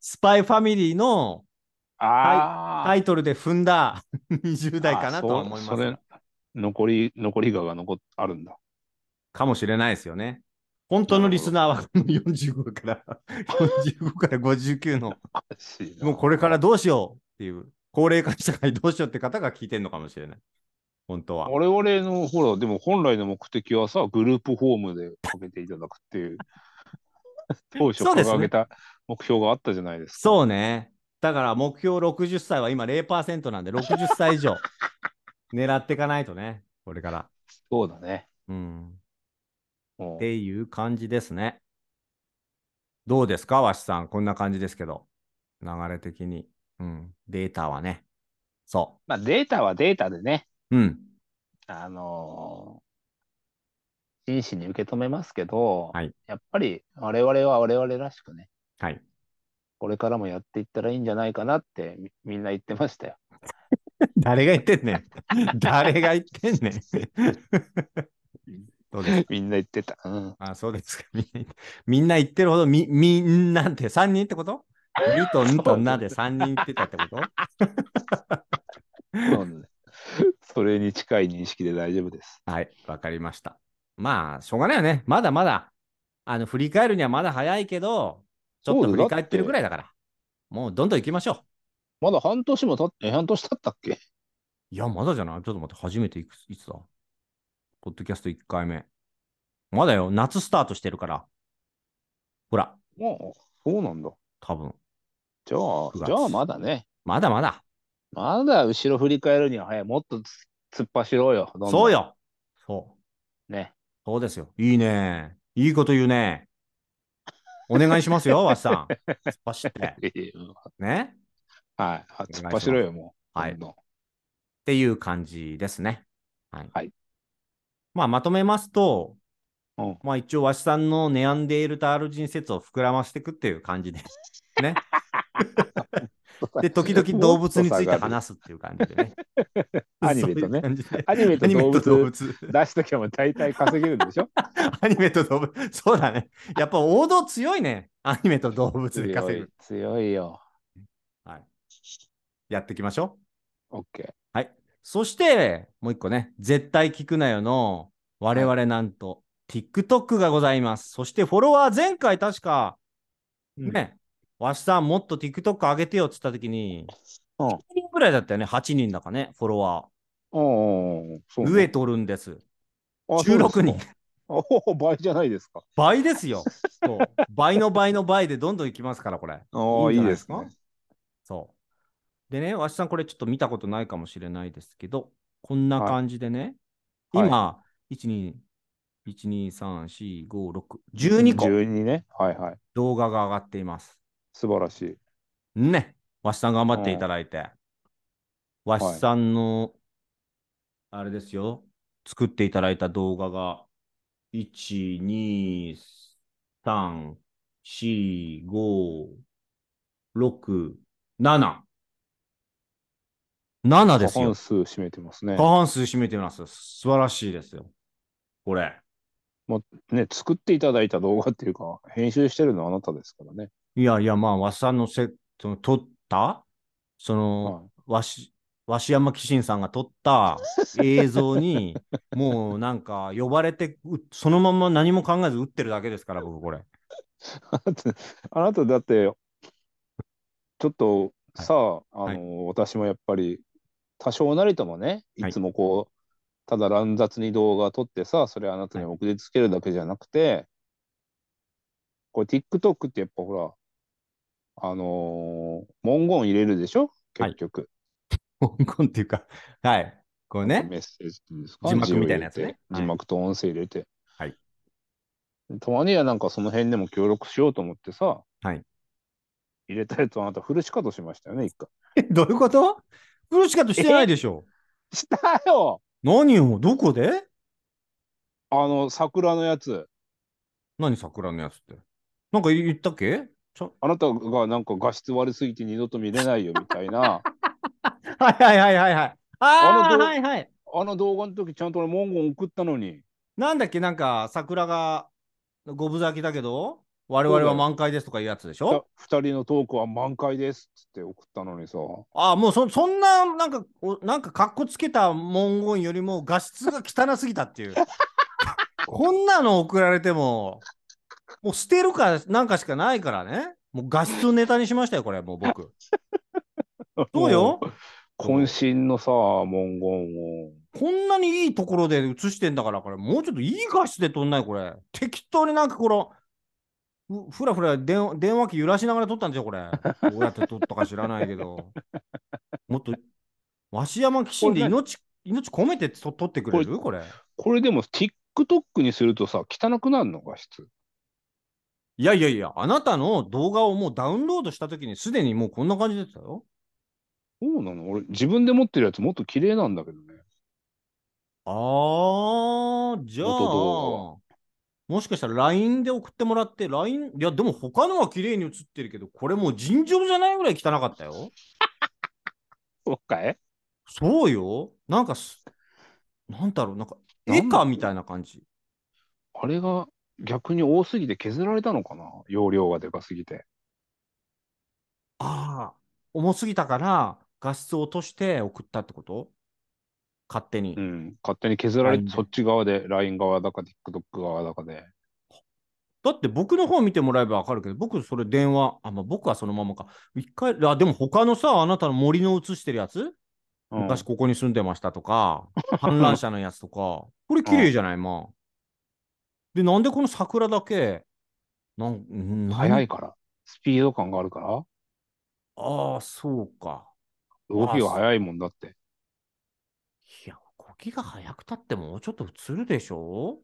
A: スパイファミリーの
C: ああ
A: タイトルで踏んだ20代かなとは思い
C: あそ
A: ま
C: うそれ
A: す。
C: 残り、残りがが残っあるんだ。
A: かもしれないですよね。本当のリスナーはこの45から45から59のもうこれからどうしようっていう高齢化社会どうしようって方が聞いてるのかもしれない。本当は。
C: 我々のほら、でも本来の目的はさ、グループホームでかけていただくって [LAUGHS] いう、当初
A: そうですね
C: 掲げた目標があったじゃないですか。
A: そうね。だから目標60歳は今0%なんで、60歳以上狙っていかないとね、これから。
C: そうだね。
A: うん。
C: も
A: っ
C: う
A: ていう感じですね。どうですか、わしさん。こんな感じですけど、流れ的に。うん。データはね。そ
C: まあ、データはデータでね、
A: う。うん。
C: あのー真摯に受け止めますけど、
A: はい
C: やっぱり我々は我々らしくね、
A: はい。
C: これからもやっていったらいいんじゃないかなってみみんな言ってましたよ。
A: [LAUGHS] 誰が言ってんねん。誰が言ってんねん。 [LAUGHS] どうですか
C: みんな言ってた。 [LAUGHS] うん、
A: あ、そうですか。 [LAUGHS] みんな言ってみんな言ってるほど、み、みんなんて3人ってことみとんとなで3人言ってたってこと
C: そうねそれに近い認識で大丈夫です。
A: [LAUGHS] はい、わかりました。まあ、しょうがないよね。まだまだ、あの、振り返るにはまだ早いけど、ちょっと
C: そう
A: 振
C: だ
A: り返ってるぐらいだから、もうどんどん行きましょ
C: まだ半年も経って、え半年経ったっけ
A: う。いや、まだじゃないちょっと待って、初めていくつ、いつだポッドキャスト1回目。まだよ、夏スタートしてるから。ほら、
C: もう、そうなんだ。
A: 多分。
C: じゃ
A: 月
C: あ、じゃあまだね。
A: まだまだ。
C: まだ後ろ振り返るには早い。もっとつ突っ走ろうよ。どんどん
A: そう。よ。そう。
C: ね。
A: そうですよ。いいね。いいこと言うね。お願いします
C: [LAUGHS]
A: よ、わしさん。突っ走って。ね。
C: はい。あ突っ走ろうよ、もう。
A: はい
C: どんどん
A: っていう感じですね。はい。
C: はい
A: まあ、まとめますと、
C: うん
A: まあ一応、わしさんのネアンデールタール人説を膨らましていくっていう感じで。ね。で、時々動物について話すっていう感じでね。
C: [LAUGHS] アニメとね
A: そういう感じで
C: アニメ
A: ア
C: と
A: ニメ
C: 動
A: と動
C: 物
A: 物。
C: 出しときゃもう大体稼げるんでしょ
A: アニメと動物。そうだね。やっぱ王道強いね。アニメと動物で [LAUGHS] 稼ぐ。
C: 強いよ。
A: はい。やっていきましょう。
C: オッケ
A: はい。そして、もう一個ね、絶対聞くなよの、我々なんと、TikTok がございます。そしてフォロワー、前回確か、
C: うん
A: ね、わしさんもっと TikTok 上げてよって言った時に、
C: うん
A: 7人ぐらいだったよね、8人だかね、フォロワ
C: ー。おーそ
A: ー。
C: うね
A: 増えとるんです。
C: あそうです
A: 16
C: か
A: 人。
C: おお、倍じゃないですか。
A: 倍ですよ。そう倍の倍の倍でどんどんいきますから、これ。
C: おお、
A: いい
C: い
A: ん
C: い
A: じゃない
C: で
A: です
C: す
A: か
C: ね。
A: そう。でね、わしさん、これちょっと見たことないかもしれないですけど、こんな
C: はい
A: 感じでね、
C: はい
A: 今、1、2、1、2、3、4、5、6、12個
C: 12ね。はいはい。
A: 動画が上がっています。
C: 素晴らしい。
A: ね、わしさん頑張っていただいて、わしさんの、あれですよ、作っていただいた動画が、1、2、3、4、5、6、7。7です
C: 過
A: よ
C: 半。数占めてますね
A: 過。半数占めてます。素晴らしいですよ。これ。
C: ね、作っていただいた動画っていうか、編集してるのはあなたですからね。
A: いやいや、まあ、わしさんのせ、その、撮った、その、
C: はい [LAUGHS]
A: わし、鷲山紀信さんが撮った映像 [LAUGHS] に、もうなんか呼ばれてう、そのまま何も考えず打ってるだけですから、僕これ。
C: あなた、あなただって、ちょっと
A: はい
C: さあ、
A: はい
C: あの、私もやっぱり、多少なりともね、い
A: はい
C: つもこう、ただ乱雑に動画撮ってさ、それあなたに送りつけるだけじゃなくて、これ TikTok ってやっぱほら、あのー文言入れるでしょ
A: はい
C: 結局、
A: 香港っていうか、はい。これね。
C: メッセージっていうんですか
A: 字幕みたいなやつね
C: 字を入れて字幕と音声入れて。
A: はい
C: たまにはなんかその辺でも協力しようと思ってさ、
A: はい
C: 入れたやつをあなたフルシカトしましたよね、一回。
A: えどういうことフルシカトしてないでしょ。
C: したよ
A: 何をどこで
C: あの、桜のやつ。
A: 何桜のやつって。なんか言ったっけちょ
C: あなたがなんか画質悪すぎて二度と見れないよみた
A: [LAUGHS]
C: いな。
A: はいはいはいはいはい。あ
C: あ
A: あ、
C: のどう
A: はいはい。
C: あの動画の時ちゃんと俺文言送ったのに。
A: なんだっけなんか桜が五分咲きだけど、我々は満開ですとかいうやつでし
C: 二
A: ょ
C: 人のトークは満開ですっつって送ったのにさ。
A: ああ、もうそそんな、なんか、おなんか、かっこつけた文言よりも画質が汚すぎたっていう。こんなの送られても、もう捨てるかなんかしかないからね。もう画質をネタにしましたよ、これ、もう [LAUGHS] 僕。そうよ。
C: [LAUGHS] 渾身のさ、文言を。
A: こんなにいいところで映してんだから、これ、もうちょっといい画質で撮んない、これ。適当になんかこの、ふふらふら電話電話機揺らしながら撮ったんですよ、これ。どうやって撮ったか知らないけ [LAUGHS] ど。もっと、鷲山騎士で命、命込めて撮撮ってくれるこれ。
C: これでも TikTok にするとさ、汚くなるの画質。
A: いやいやいや、あなたの動画をもうダウンロードしたときに、すでにもうこんな感じでしたよ。
C: そうなの俺自分で持ってるやつもっと綺麗なんだけどね。
A: あー、じゃあ、
C: 元動
A: もしかしたら LINE で送ってもらって、LINE、いや、でも他のは綺麗に映ってるけど、これもう尋常じゃないぐらい汚かったよ。
C: そうかい
A: そうよ。なんかす、なんだろう、なんか、絵かみたいな感じ。
C: あれが逆に多すぎて削られたのかな容量がでかすぎて。
A: ああ、重すぎたから、画質を落として送ったってこと勝手に。
C: うん。勝手に削られ
A: ライン
C: て、
A: で
C: そっち側で、LINE 側だか TikTok 側だかで。
A: だって僕の方見てもらえばわかるけど、僕それ電話、あ、まあ、僕はそのままか。一回、あ、でも他のさ、あなたの森の映してるやつ
C: うん
A: 昔ここに住んでましたとか、観覧車のやつとか、
C: [LAUGHS]
A: これ綺麗じゃない、まあ。で、なんでこの桜だけ、なん、なん
C: 速いから。スピード感があるから。
A: ああ、そうか。
C: 動きが速いもんだって。
A: いや、呼吸が早くたってもうちょっと映るでしょ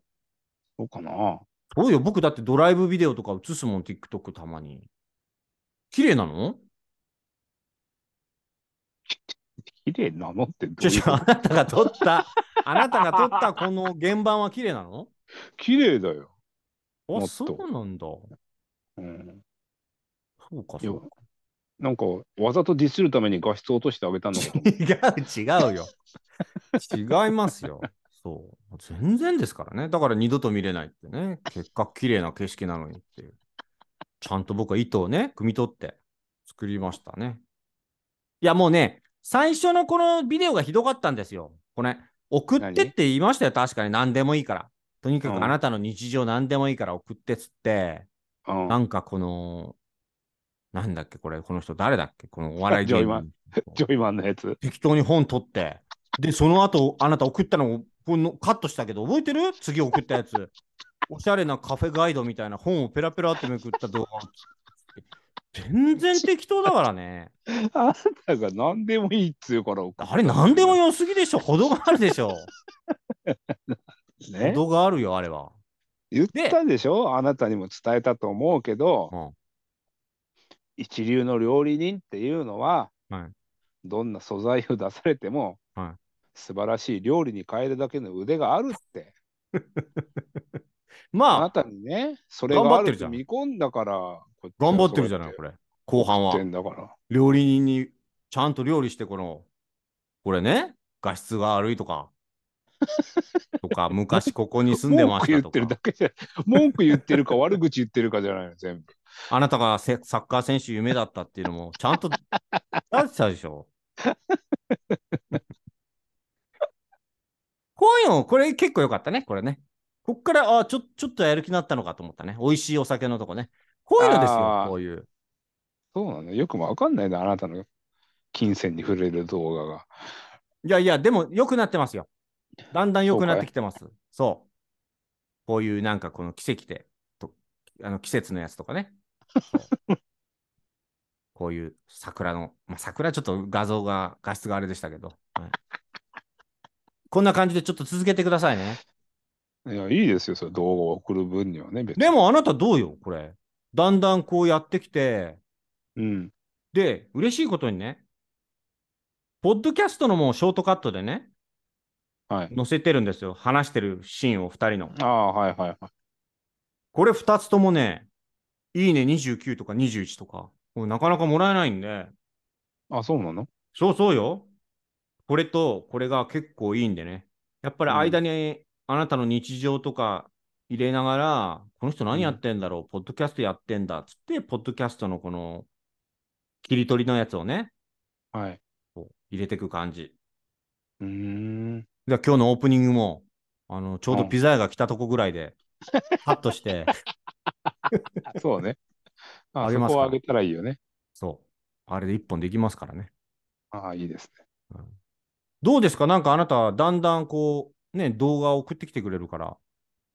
C: そうかな
A: そうよ、僕だってドライブビデオとか映すもん、TikTok たまに。綺麗なの
C: 綺麗なのってどう
A: じゃ
C: いう
A: じゃあなたが撮った、あなたが撮ったこの原版は綺麗なの
C: 綺麗だよ。もっ
A: あ、
C: と
A: そうなんだ。
C: うん。
A: そうか、
C: い
A: そ
C: や
A: うか。
C: なんか、わざとディスるために画質落としてあげたのかと思っ
A: 違う、違うよ。違いますよ。そう。全然ですからね。だから二度と見れないってね。結果、綺麗な景色なのにっていう。ちゃんと僕は糸をね、汲み取って作りましたね。いや、もうね、最初のこのビデオがひどかったんですよ。これ、送ってって言いましたよ。確かに何でもいいから。とにか
C: う
A: く
C: ん
A: あなたの日常何でもいいから送ってっつって、[LAUGHS]
C: た。うん
A: なんかこの、なんだっけこれ、この人誰だっけこのお笑い
C: ジョ
A: 芸
C: イマン
A: 人。
C: ジョイマンのやつ。
A: 適当に本取って、で、その後、あなた送ったのをこのカットしたけど、覚えてる次送ったやつ。 [LAUGHS] おしゃれなカフェガイドみたいな本をペラペラってめくった動画を作って。全然適当だからね。
C: あんたが何でもいいっつうから。
A: あれ、何でも良すぎでしょ。程があるでしょ。
C: ね。
A: 程があるよ、あれは。
C: 言ったでしょあなたにも伝えたと思うけど、
A: うん
C: 一流の料理人っていうのは、
A: はい
C: どんな素材を出されても、
A: は
C: 素晴らしい料理に変えるだけの腕があるってあな
A: まあ、
C: たにねそれがあるって
A: 頑張ってるじゃん
C: 見込んだからこっちは
A: 頑張ってるじゃない、
C: そう
A: これ。後半
C: や
A: は
C: って。んだから
A: 料理人にちゃんと料理してこのこれね画質が悪いとかとか昔ここに住んでま
C: 文句
A: し
C: 言
A: たと
C: ってるだ
A: か
C: けじゃ文句言ってるか悪口言ってるかじゃないの全部
A: あなたがせサッカー選手夢だったっていうの
C: [LAUGHS]
A: もちゃんとあってたでしょ [LAUGHS] こういうのこれ結構良かったねこれねこっからあちょちょっとやる気になったのかと思ったね美味しいお酒のとこねこういうのですよ
C: あー
A: こういう
C: そうなのよくもわかんないなあなたの金銭に触れる動画が
A: いやいや、でも良くなってますよ。だんだん良くなっ
C: そうか
A: て
C: い
A: きてます。そう。こういうなんかこの奇跡で、とあの季節のやつとかね。そう [LAUGHS] こういう桜の、まあ、桜ちょっと画像が、画質があれでしたけど、はいこんな感じでちょっと続けてくださいね。
C: いや、いいですよ、それ動画を送る分にはね、別に。
A: でもあなたどうよ、これ。だんだんこうやってきて、
C: うん。
A: で、嬉しいことにね、ポッドキャストのもうショートカットでね、
C: はい。
A: 載せてるんですよ。話してるシーンを2人の。
C: ああ、はいはいはい。
A: これ2つともね、いいね29とか21とか、これなかなかもらえないんで、
C: あ、そうなの
A: そうそうよ。これとこれが結構いいんでね。やっぱり間にあなたの日常とか入れながら、この人何やってんだろう、ポッドキャストやってんだっつって、ポッドキャストのこの切り取りのやつをね、
C: はい。
A: こう入れてく感じ。
C: うーん。
A: で今日のオープニングも、あのちょうどピザ屋が来たとこぐらいで、カットして、 [LAUGHS]
C: そうね。あ
A: あげ
C: そ
A: ます
C: こ
A: か
C: をあげたらいいよね。
A: そう、あれで1本できますからね。
C: ああ、いいですね。
A: どうですかなんかあなた、だんだんこう、ね、動画を送ってきてくれるから、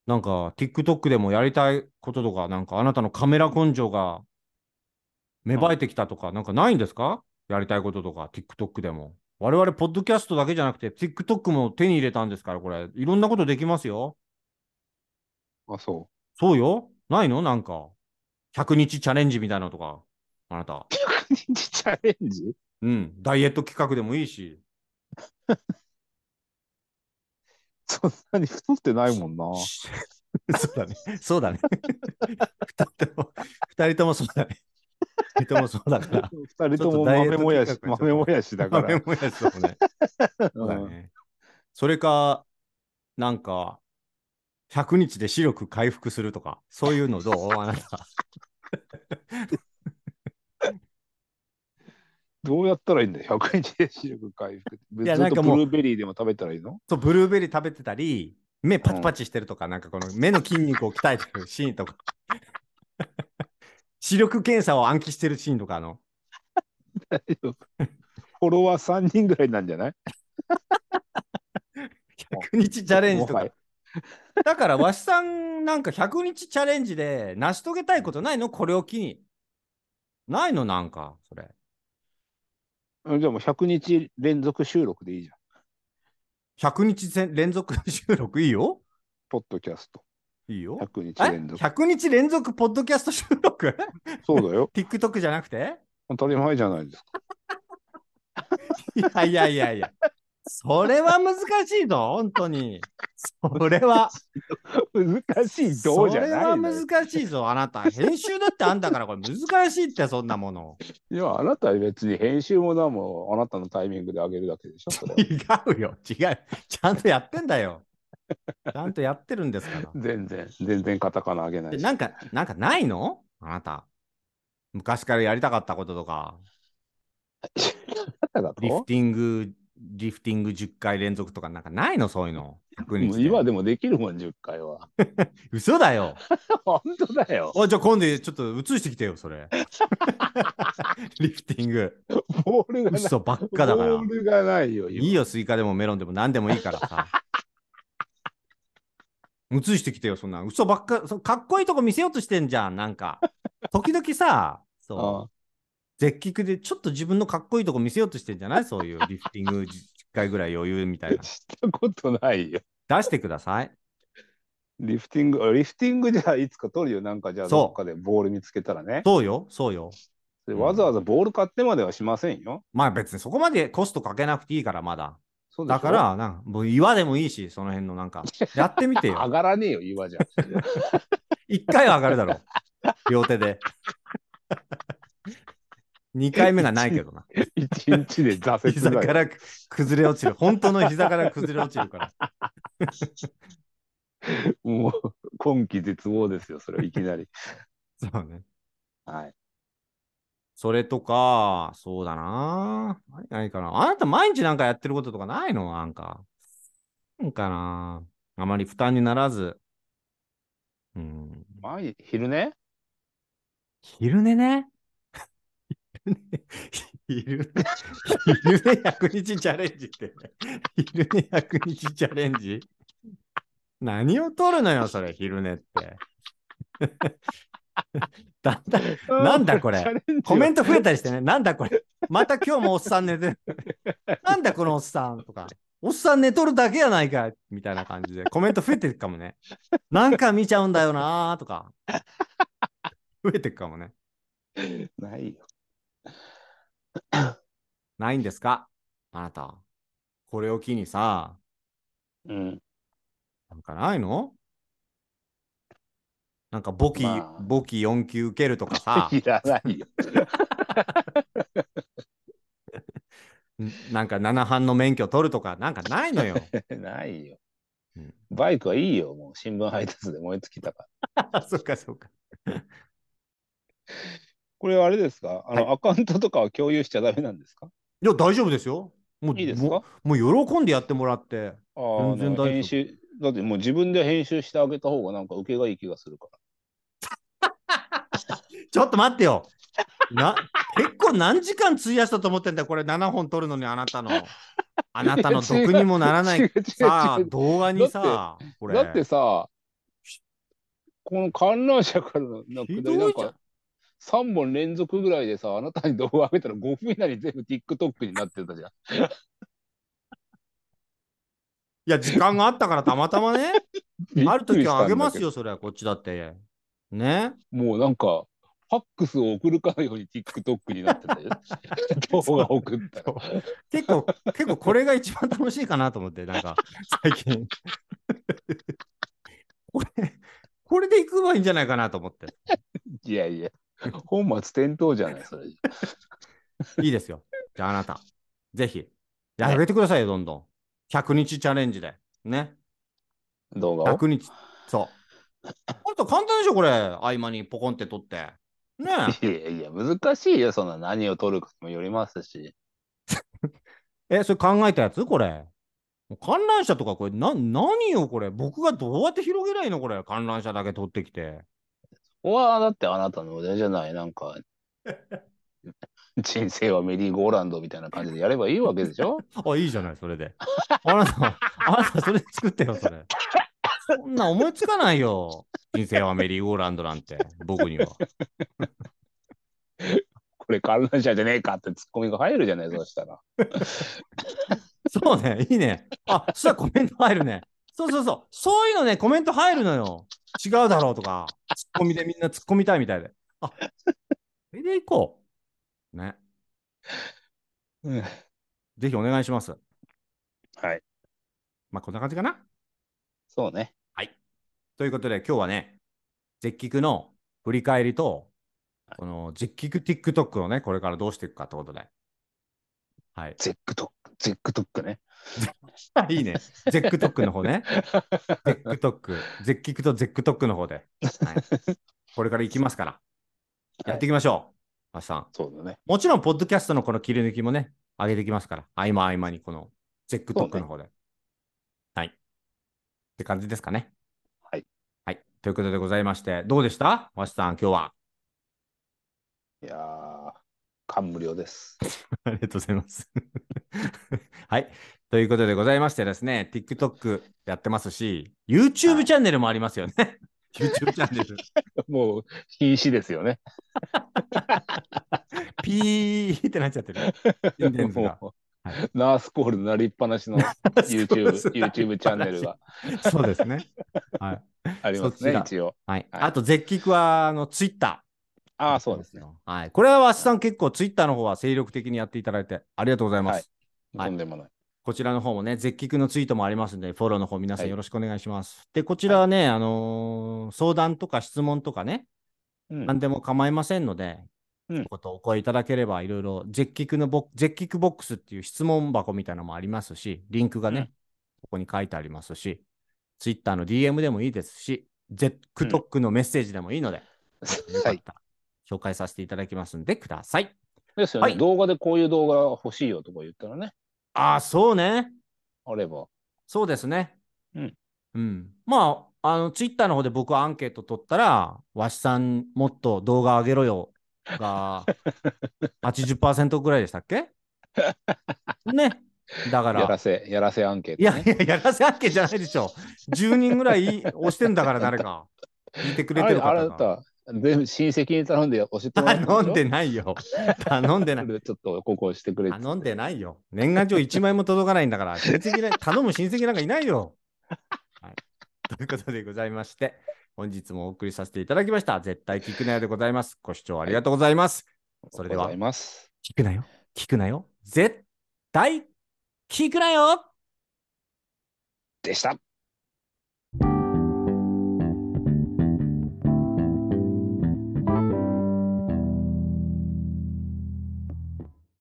A: なんか TikTok でもやりたいこととか、なんかあなたのカメラ根性が芽生えてきたとか、なんかないんですかやりたいこととか、TikTok でも。我々、ポッドキャストだけじゃなくて、TikTok も手に入れたんですから、これ、いろんなことできますよ。
C: あ、そ
A: そうよ。ないのなんか、100日チャレンジみたいなのとか、あなた。
C: う。100日 [LAUGHS] チャレンジ [LAUGHS]
A: うん、ダイエット企画でもいいし。
C: そんなに太ってないも
A: [LAUGHS]
C: んな。
A: し [LAUGHS] そうだね。そうだね。二人とも、二人ともそうだね。二人ともそうだから。
C: 二人とも豆もやし、豆もやしだか
A: 豆
C: ら。
A: もやしだもんね。そうだね。それか、なんか、100日で視力回復するとか、そういうのどうあなた。
C: どうやったらいいんだよ、100日で視力回復。
A: [LAUGHS]
C: ず
A: いや
C: っ
A: なん
C: と
A: か
C: ブ
A: もう
C: ルーベリーでも食べたらいいの [LAUGHS]
A: そう、ブルーベリー食べてたり、目パチパチしてるとか、なんかこの目の筋肉を鍛えてるシーンとか、 [LAUGHS] 視力検査を暗記してるシーンとか、あの、
C: フォロワー3人ぐらいなんじゃない
A: 100日チャレンジと
C: もは
A: か
C: や。
A: だから、わしさんなんか100日チャレンジで成し遂げたいことないのこれを機に。ないのなんか、それ。
C: うんじゃあもう100日連続収録でいいじゃん。
A: 100日せん連続収録いいよ
C: ポッドキャスト。
A: いいよ。
C: 100日
A: え
C: 連続。
A: 100日連続ポッドキャスト収録 [LAUGHS]
C: そうだよ。
A: ?TikTok じゃなくて
C: 当たり前じゃないですか。
A: いやいやいやいや。それは難しいぞ、本当に。それは。
C: [LAUGHS] 難しいどうじゃない
A: それ
C: のよ
A: は難しいぞ、あなた。編集だってあんだから、これ難しいって、そんなもの。
C: いや、あなたは別に編集もなもうあなたのタイミングで上げるだけでしょ。それは
A: 違うよ、違う。ちゃんとやってんだよ。ちゃんとやってるんですから。
C: [LAUGHS] [LAUGHS] 全然、全然カタカナ上げない
A: で
C: し。
A: なんか、なんかないのあなた。昔からやりたかったこととか、
C: あなただ
A: リフ
C: と
A: ティング、リフティング10回連続とか、なんかないのそういうの。100
C: も
A: 日
C: う
A: で
C: 今でもできるもん、10回は。 [LAUGHS]
A: 嘘だよ。
C: 本当だよ。
A: あ、じゃあ今度ちょっと映してきてよ、そ
C: [LAUGHS]
A: れ。リフティング。
C: ボールがない。
A: 嘘ばっかだから
C: ボー。ルがないよ、
A: い
C: 今
A: いよ、スイカでもメロンでも何でもいいからさ。 [LAUGHS] 映してきてよ、そんな。嘘ばっか、そかっこいいとこ見せようとしてんじゃん、なんか。時々さ、
C: あ
A: そ
C: あ
A: う、絶菊でちょっと自分のかっこいいとこ見せようとしてんじゃないそういうリフティング10回ぐらい余裕みたい
C: したことないよ。
A: な。出してください。
C: リフティング、あリフティングじゃあいつか取るよ。なんかじゃあ
A: そう
C: どっかでボール見つけたらね。
A: そうよ、そうよ。
C: でわざわざボール買ってまではしませんよ。
A: まあ別にそこまでコストかけなくていいから、まだ。
C: そうでしょ
A: だから、なんかもう岩でもいいし、その辺のなんか、やってみて
C: 上
A: よ。
C: がらねえよ、岩じゃ。
A: 一回は上がるだろう。両手で。二回目がないけどな。
C: [LAUGHS] 一日で挫折
A: 膝
C: だ
A: か
C: よ。
A: ら崩れ落ちる。本当の膝から崩れ落ちるから。
C: もう今季絶望ですよ、それはいきなり。
A: そうね。
C: [LAUGHS] はい。
A: それとか、そうだな。何ないかな。あなた毎日なんかやってることとかないのなんか。なんかな。あまり負担にならず。うん。
C: 毎日昼 [LAUGHS] 寝
A: 昼寝ね。昼寝、昼寝100日チャレンジって。昼寝100日チャレンジ何を取るのよ、それ、昼寝って。 [LAUGHS] だんだん、なんだこれ
C: [LAUGHS] チャレンジは
A: コメント増えたりしてね、なんだこれ。また今日もおっさん寝てる。なんだこのおっさんとか。おっさん寝とるだけやないかいみたいな感じで、コメント増えてるかもね。なんか見ちゃうんだよなーとか。増えてるかもね。
C: ないよ。
A: ないんですかあなた。これを機にさ、
C: うん。
A: なんかないのなんか簿記、
C: まあ
A: 簿記4級受けるとかさ
C: [LAUGHS] 、いらないよ。
A: んなんか7班の免許取るとか、なんかない
C: [LAUGHS]
A: のよ。
C: ないよ
A: うん。
C: バイクはいいよ。もう新聞配達で燃え尽きたから。
A: あそっかそっか。
C: これはあれですかあの、アカウントとかは共有しちゃダメなんですか
A: いや、大丈夫ですよ。もう
C: いいです
A: も
C: か
A: うもう喜んでやってもらって。
C: あーあ
A: 全然大丈
C: の
A: 夫
C: 編集だってもう自分で編集してあげた方がなんか受けがいい気がするか
A: ちょっと待ってよ。
C: [LAUGHS]
A: な結構何時間費やしたと思ってんだよ、これ7本撮るのにあな
C: [LAUGHS]
A: たの。あなたの毒にもならな
C: ら。[LAUGHS] 違う
A: い
C: 違う
A: さ
C: 違
A: あ、
C: う
A: 動画にさ、これ。
C: だってさ、この観覧車からのなんか
A: ひ
C: 下
A: どい
C: りなん
A: じゃん
C: か3本連続ぐらいでさ、あなたに動画上げたら5分以内に全部 TikTok になってたじゃん。
A: いや、時間があったからたまたまね。ある時はあげます
C: よ。
A: よ、それは、こっちだって。ね。
C: もうなんか、ファックスを送るかのように TikTok になって
A: [LAUGHS]
C: たよ。動画送ったら。
A: 結 [LAUGHS] 構、結構これが一番楽しいかなと思って、なんか、最近。これ、これでいくばいいんじゃないかなと思って。
C: いやいや、本末転倒じゃない、それ。
A: いいですよ。じゃあ、あなた、ぜひ、や
C: はい
A: 上げてくださいよ、どんどん。100日チャレンジで。ね。
C: 動画を。
A: 100日。そう。あと簡単でしょ、これ。合間にポコンって取って。ね
C: いやいや、難しいよ、そんな何を撮るかにもよりますし。
A: え。え、それ考えたやつこれ。もう観覧車とか、これ、な、何よ、これ。僕がどうやって広げないのこれ。観覧車だけ取ってきて。
C: ここはだってあなたの腕じゃない、なんか、人生はメリーゴーランドみたいな感じでやればいいわけで
A: [LAUGHS]
C: しょ
A: あ、いいじゃない、それで。あなた、あなた、それ作ってよ、それ。そんな思いつかないよ。人生はメリーゴーランドなんて、僕には。
C: これ観覧車じゃねえかってツッコミが入るじゃない、そうしたら。
A: そうね、いいね。あ、そしたらコメント入るね。そうそうそう。そういうのね、コメント入るのよ。違うだろうとか、ツッコミでみんなツッコみたいみたいで。あ、それでいこう。ね。
C: うん
A: ぜひお願いします。
C: はい。
A: まあ、こんな感じかな。
C: そうね。
A: ということで、今日はね、絶菊の振り返りと、この絶菊 TikTok をね、これからどうしていくかってことで。はい。
C: ゼックトック、ゼックトックね。
A: いいね。ゼックトックの方ね。ゼックトック。ゼッキクとゼックトックの方で。はい、これから行きますから。やっていきましょう。あさん。
C: そうだね。
A: もちろん、ポッドキャストのこの切り抜きもね、上げていきますから。合間合間にこのゼックトックの方で。はい。って感じですかね。
C: はい。
A: はい。ということでございまして、どうでしたわしさん、今日は。 [LAUGHS]
C: いやー、感無量です。 [LAUGHS]
A: ありがとうございます。 [LAUGHS] はい。ということでございましてですね、TikTok やってますし、YouTube チャンネルもありますよね。YouTube [LAUGHS] チャン
C: [LAUGHS]
A: ネル。
C: もう、瀕死ですよね。
A: ピーってなっちゃってる。インディアンズが
C: もう
A: は
C: ナースコールになりっぱ
A: [LAUGHS]
C: なしの YouTube, YouTube チャンネルが。
A: そうですね。はい。
C: あります
A: そ
C: ね
A: っ、ち
C: 一応。
A: はい、
C: はい
A: あと、絶菊は、あの、Twitter。
C: ああ、そうですね。。
A: はい。これは、わしさん結構 Twitter の方は精力的にやっていただいて、ありがとうございます。
C: はい
A: はい
C: とんでもない。
A: こちらの方もね、絶菊のツイートもありますんで、フォローの方皆さんよろしくお願いします。で、こちらはね、あのー相談とか質問とかね、
C: うん
A: 何でも構いませんので、
C: うん
A: 一言お声いただければ、いろいろ、絶菊のボ、絶菊ボックスっていう質問箱みたいなのもありますし、リンクがね、
C: うん
A: ここに書いてありますし、ツイッターの DM でもいいですし、絶クトックのメッセージでもいいので、よか
C: [LAUGHS] は
A: っ
C: い。
A: たら紹介させていただきますんでください。
C: ですよね、
A: はい
C: 動画でこういう動画欲しいよとか言ったらね、
A: ああ、そうね。
C: あれば。
A: そうですね。
C: うん。
A: うん。まあ、あの、ツイッターの方で僕はアンケート取ったら、わしさんもっと動画上げろよ
C: [LAUGHS]
A: が80%ぐらいでしたっけね。だか
C: やら
A: ら、
C: せ、やらせアンケート、
A: いやい
C: ね。
A: や、やらせアンケートじゃないでしょ。10人ぐらい押してんだから、誰か。聞いてくれ
C: あ
A: て
C: れ
A: る
C: あ
A: 方
C: れだっ
A: が。
C: た全部親戚に頼んで押してもらった
A: 頼んで
C: し
A: ないよ。頼んでな
C: ょ
A: い。
C: でちょっとここ押してくれって
A: 頼んでないよ。年賀状1枚も届かないんだ [LAUGHS] から、親戚な頼む親戚なんかいないよ、はい。ということでございまして、本日もお送りさせていただきました。絶対聞くなよでございます。ご視聴ありがとうございます。それでは
C: ございます。
A: 聞くなよ。聞くなよ。絶対聞くなよ
C: でした。